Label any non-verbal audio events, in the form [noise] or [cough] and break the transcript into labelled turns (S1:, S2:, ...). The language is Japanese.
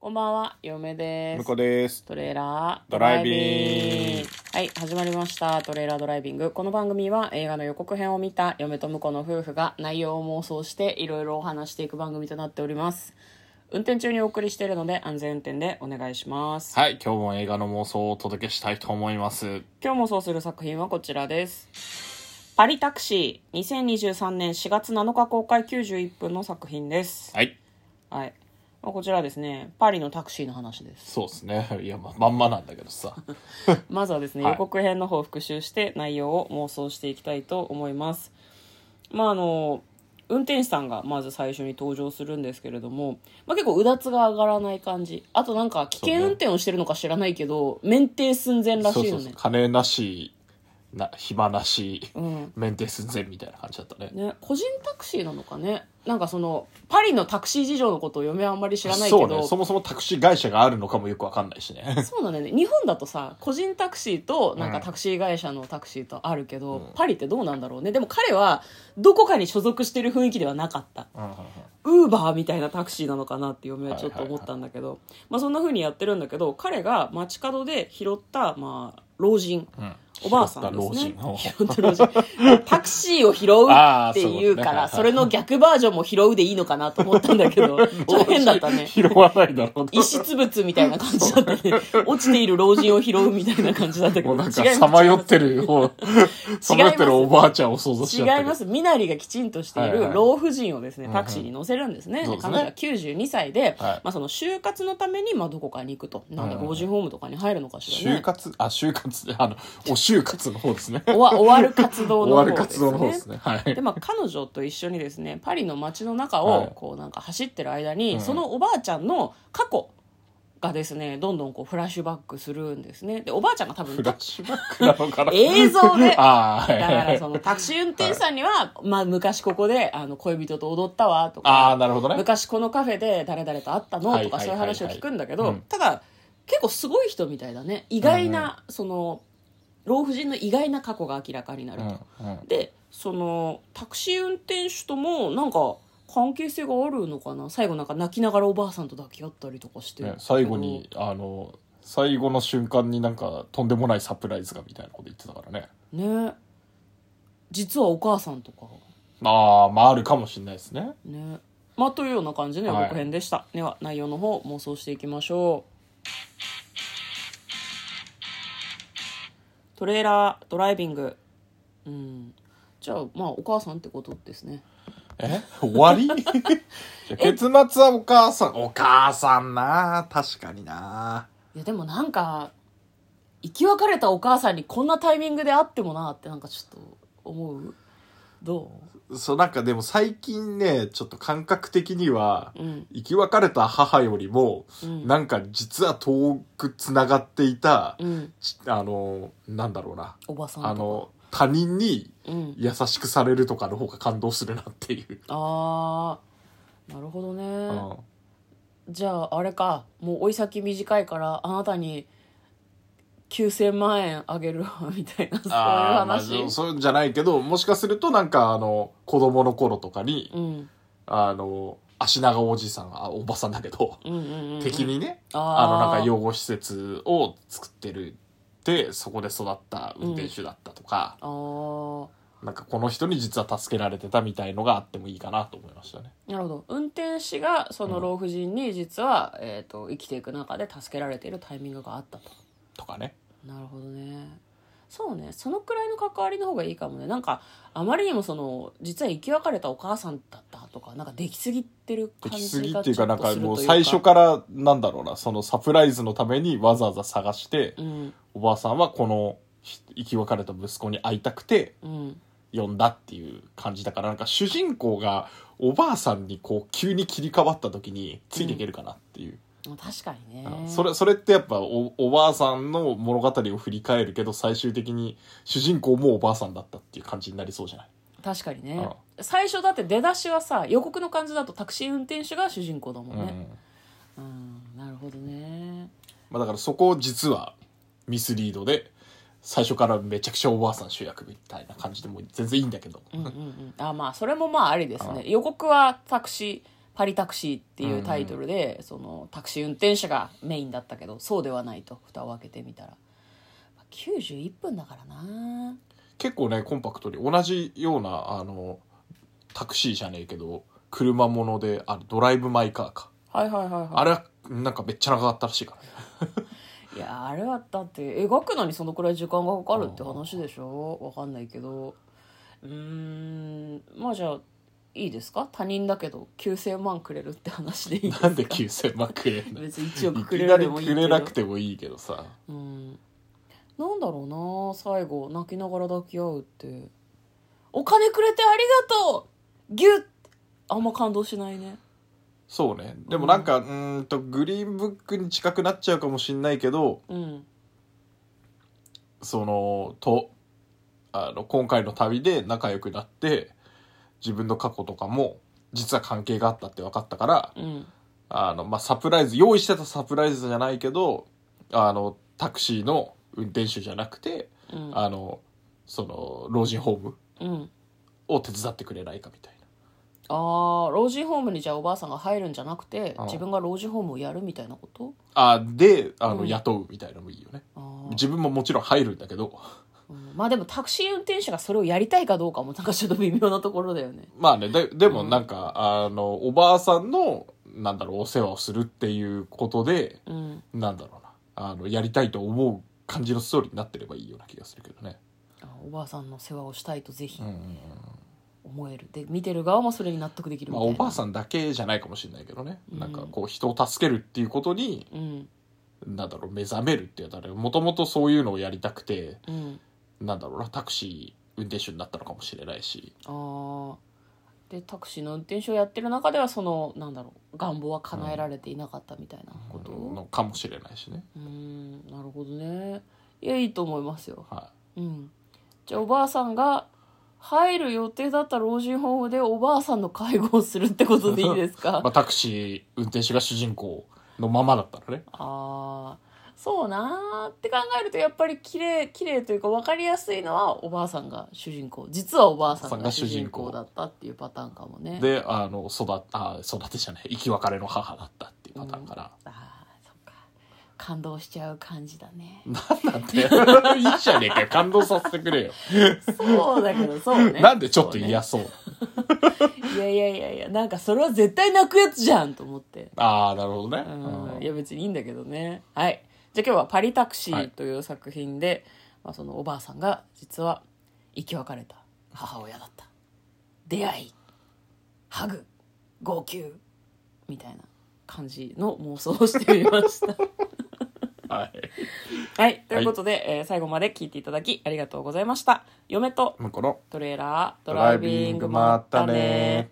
S1: こんばんは、嫁です。
S2: 向こうです。
S1: トレーラー
S2: ドライビング
S1: はい、始まりました。トレーラードライビング。この番組は映画の予告編を見た嫁と婿の夫婦が内容を妄想していろいろお話していく番組となっております。運転中にお送りしているので安全運転でお願いします。
S2: はい、今日も映画の妄想をお届けしたいと思います。
S1: 今日妄想する作品はこちらです。パリタクシー2023年4月7日公開91分の作品です。
S2: はい、
S1: はい。まあこちらはですね、パリのタクシーの話です。
S2: そうですね。 [laughs] いや、まあ、まんまなんだけどさ。
S1: まずはですね、
S2: はい
S1: 予告編の方を復習して内容を妄想していきたいと思います。まああの運転手さんがまず最初に登場するんですけれども、まあ、結構うだつが上がらない感じあとなんか危険運転をしてるのか知らないけど、免停寸前らし
S2: そう
S1: い
S2: そ
S1: よ
S2: うそう
S1: ね。
S2: 金なし、な暇なし、
S1: うん
S2: メンテ寸前みたいな感じだったね。
S1: ね、個人タクシーなのかねなんかそのパリのタクシー事情のことを嫁はあんまり知らないけ
S2: そう
S1: ど
S2: ね。そもそもタクシー会社があるのかもよくわかんないしね。
S1: そうなんだよね日本だとさ個人タクシーとなんか
S2: うん
S1: タクシー会社のタクシーとあるけど、
S2: うん
S1: パリってどうなんだろうねでも彼はどこかに所属してる雰囲気ではなかった
S2: うんうんうん
S1: ウーバーみたいなタクシーなのかなって嫁はちょっと思ったんだけど、まあ、そんな風にやってるんだけど彼が街角で拾った、まあ、老人
S2: うん。
S1: おばあさんです
S2: 拾
S1: ね
S2: った老人
S1: [laughs]
S2: を。
S1: 拾った老人タクシーを拾うっていうか
S2: あ
S1: ら
S2: ーそ
S1: そう
S2: いうことね
S1: れの逆バージョンも拾うでいいのかなと思ったんだけ [laughs] どちょっと変だったね
S2: 拾わないだろうな
S1: 遺失物みたいな感じだ
S2: [laughs]
S1: ったね。落ちている老人を拾うみたいな感じだったけど。
S2: もうなん
S1: 違いま
S2: か、
S1: す
S2: さまよってる方、
S1: [laughs]
S2: さまよってるおばあちゃんを想像しちゃった
S1: 違います。身なりがきちんとしてい
S2: はいは
S1: る
S2: い
S1: 老婦人をですね、
S2: うんうん
S1: タクシーに乗せるんですね。
S2: そ
S1: で
S2: うですね
S1: 彼女は92歳で、
S2: はい
S1: まあその就活のために、まあどこかに行くと。なんだ、
S2: うんうん
S1: 老人ホームとかに入るのかしら
S2: 就
S1: ね。
S2: 活、あ、就活で、あの、お就活の方で
S1: [laughs]
S2: すね。
S1: 終わ終わる活動
S2: 終
S1: の
S2: わ
S1: 方
S2: る
S1: ですね。
S2: 活動の方ですね。はい。
S1: でまあ、彼女と一緒にですねパリの街の中
S2: は
S1: を
S2: い
S1: こうなんか走ってる間に、
S2: うん
S1: そのおばあちゃんの過去がですねどんどんこうフラッシュバックするんですねでおばあちゃんが多分
S2: フラッシュバックなのかな
S1: 映像で
S2: [laughs] ああ、はい
S1: だからそのタクシー運転手さんには、まあ、昔ここであの恋人と踊ったわと
S2: ああ、
S1: か、
S2: なるほどね。
S1: 昔このカフェで誰々と会ったの
S2: はい
S1: とか
S2: はい
S1: そういう話を聞くんだけど、
S2: はいはいうん
S1: ただ結構すごい人みたいだね意外な、その老婦人の意外な過去が明らかにな
S2: う
S1: る
S2: ん、う
S1: と、
S2: ん。
S1: でそのタクシー運転手ともなんか関係性があるのかな最後なんか泣きながらおばあさんと抱き合ったりとかして、
S2: ね最後に、あの、最後の瞬間になんか、とんでもないサプライズがみたいなこと言ってたからね。
S1: ね実はお母さんとか
S2: ああ、まああるかもしれないですね。
S1: ねまあというような感じの予告編でした、では内容の方妄想していきましょうトレーラードライビングうんじゃあまあお母さんってことですね
S2: え終わりじゃあ結末はお母さん。お母さんな確かにない
S1: やでもなんか生き別れたお母さんにこんなタイミングで会ってもなってなんかちょっと思うど
S2: そう、なんかでも最近ね、ちょっと感覚的には
S1: う、うん
S2: 生き別れた母よりも、
S1: うん
S2: なんか実は遠くつながっていた、
S1: うん
S2: ちあの、なんだろうな。
S1: おばさんとか
S2: あの、他人に
S1: うん
S2: 優しくされるとかの方が感動するなっていう。
S1: あーなるほどね、
S2: うん
S1: じゃああれかもう追い先短いからあなたに9,000万円あげるわみたいなそういう
S2: あーまあ
S1: 話、
S2: そうそうじゃないけど、もしかするとなんかあの、子供の頃とかに、
S1: うん、
S2: あの、足長おじさん、あ、おばさんだけど、
S1: うんうんうんうん
S2: 敵にね、あの
S1: あ
S2: なんか
S1: よ
S2: 養護施設を作ってる。で、そこで育った運転手だったとか、
S1: あー
S2: なんかこの人に実は助けられてたみたいのがあってもいいかなと思いましたね。
S1: なるほど運転士がその老婦人に実は、えー、と生きていく中で助けられているタイミングがあったと
S2: とかね。
S1: なるほどねそうねそのくらいの関わりの方がいいかもねなんかあまりにもその実は生き別れたお母さんだったとかなんかできすぎてる
S2: で
S1: 感
S2: きす
S1: じ
S2: ぎ
S1: が
S2: っ
S1: ち
S2: て
S1: ょ
S2: い
S1: っとするというか
S2: うかなんかもう最初からなんだろうなそのサプライズのためにわざわざ探して
S1: うん
S2: おばあさんはこの生き別れた息子に会いたくて
S1: うん
S2: 呼んだっていう感じだからなんか主人公がおばあさんにこう急に切り替わった時についていけるかなっていう、
S1: あ確かに
S2: あ
S1: ね
S2: それそれってやっぱおおばあさんの物語を振り返るけど最終的に主人公もおばあさんだったっていう感じになりそうじゃない
S1: 確かにね
S2: あ
S1: 最初だって出だしはさ予告の感じだとタクシー運転手が主人公だもんね
S2: うん
S1: うん、なるほど [laughs] ね
S2: まあ、だからそこを実はミスリードで最初からめちゃくちゃおばあさん主役みたいな感じでも全然いいんだけど、
S1: うんうんうんあまあそれもまあありです
S2: あ
S1: ね予告はタクシーパリタクシーっていうタイトルで、そのタクシー運転手がメインだったけどそうではないと蓋を開けてみたらまあ91分だからな
S2: 結構ねコンパクトに同じようなあのタクシーじゃねえけど車ものであれドライブ・マイ・カーか
S1: はいはいはいはい
S2: あれはなんかめっちゃ長かったらし
S1: [laughs]
S2: いからね
S1: いやあれはだって描くのにそのくらい時間がかかるって話でしょわかんないけどうーんまあじゃあいいですか他人だけど9,000万くれるって話でいいですか
S2: なんで9000万くれんのい
S1: 別に1億く
S2: き
S1: れる
S2: なり
S1: でもいいけ
S2: く
S1: ど
S2: れなくてもいいけどさ
S1: うんなんだろうな最後泣きながら抱き合うってお金くれてありがとうギュッあんま感動しないね
S2: そうねでもなんかうーんとグリーンブックに近くなっちゃうかもしんないけど
S1: うん
S2: そのとあの今回の旅で仲良くなって自分の過去とかも実は関係があったって分かったから
S1: うん
S2: あの、まあ、サプライズ用意してたサプライズじゃないけどあのタクシーの運転手じゃなくて
S1: うん
S2: あのその老人ホーム
S1: うん
S2: を手伝ってくれないかみたいな
S1: ああ老人ホームにじゃあおばあさんが入るんじゃなくて
S2: うん
S1: 自分が老人ホームをやるみたいなこと
S2: あであの、
S1: うん
S2: 雇うみたいなのもいいよね
S1: あー
S2: 自分ももちろん入るんだけど
S1: うんまあでもタクシー運転手がそれをやりたいかどうかもなんかちょっと微妙なところだよね
S2: まあねででもなんか、あのおばあさんのなんだろうお世話をするっていうことで
S1: うん
S2: なんだろうなあのやりたいと思う感じのストーリーになってればいいような気がするけどね、
S1: あおばあさんの世話をしたいとぜひ
S2: うんうんうん
S1: 思えるで見てる側もそれに納得できるみ
S2: まあ、
S1: たいな、
S2: おばあさんだけじゃないかもしれないけどね、
S1: うん
S2: なんかこう人を助けるっていうことに
S1: うん
S2: なんだろう目覚めるってやったらもともとそういうのをやりたくて
S1: うん
S2: なんだろうなタクシー運転手になったのかもしれないし
S1: ああでタクシーの運転手をやってる中ではそのなんだろう願望は叶えられていなかったみたいなこと
S2: のかもしれないしね、
S1: うんなるほどねいやいいと思いますよ
S2: は
S1: うんじゃあおばあさんが入る予定だった老人ホームでおばあさんの介護をするってことでいいです
S2: い
S1: か
S2: [laughs] まあ、タクシー運転手が主人公のままだったらね
S1: あーそうなーって考えるとやっぱり綺麗綺麗というか分かりやすいのはおばあさんが主人公実はおばあさんが主人公だったっていうパターンかもね
S2: であの育あ育てじゃない生き別れの母だったっていうパターンから、
S1: あーそっか感動しちゃう感じだね
S2: なんだって [laughs] いいじゃねえかよ感動させてくれよ、
S1: そうだけどそうね
S2: [laughs] なんでちょっと嫌
S1: そ
S2: そう
S1: うねいやいやいやいやなんかそれは絶対泣くやつじゃんと思って
S2: ああなるほどね、
S1: う
S2: うんん
S1: いや別にいいんだけどねはいじゃあ今日は「パリタクシ
S2: は
S1: ー」
S2: い
S1: という作品で、まあ、そのおばあさんが実は生き別れた母親だった出会いハグ号泣みたいな感じの妄想をしてみました [laughs]
S2: はい
S1: はいということで、えー最後まで聞いていただきありがとうございました嫁と
S2: 向こうの
S1: トレーラード
S2: ドライビングまったね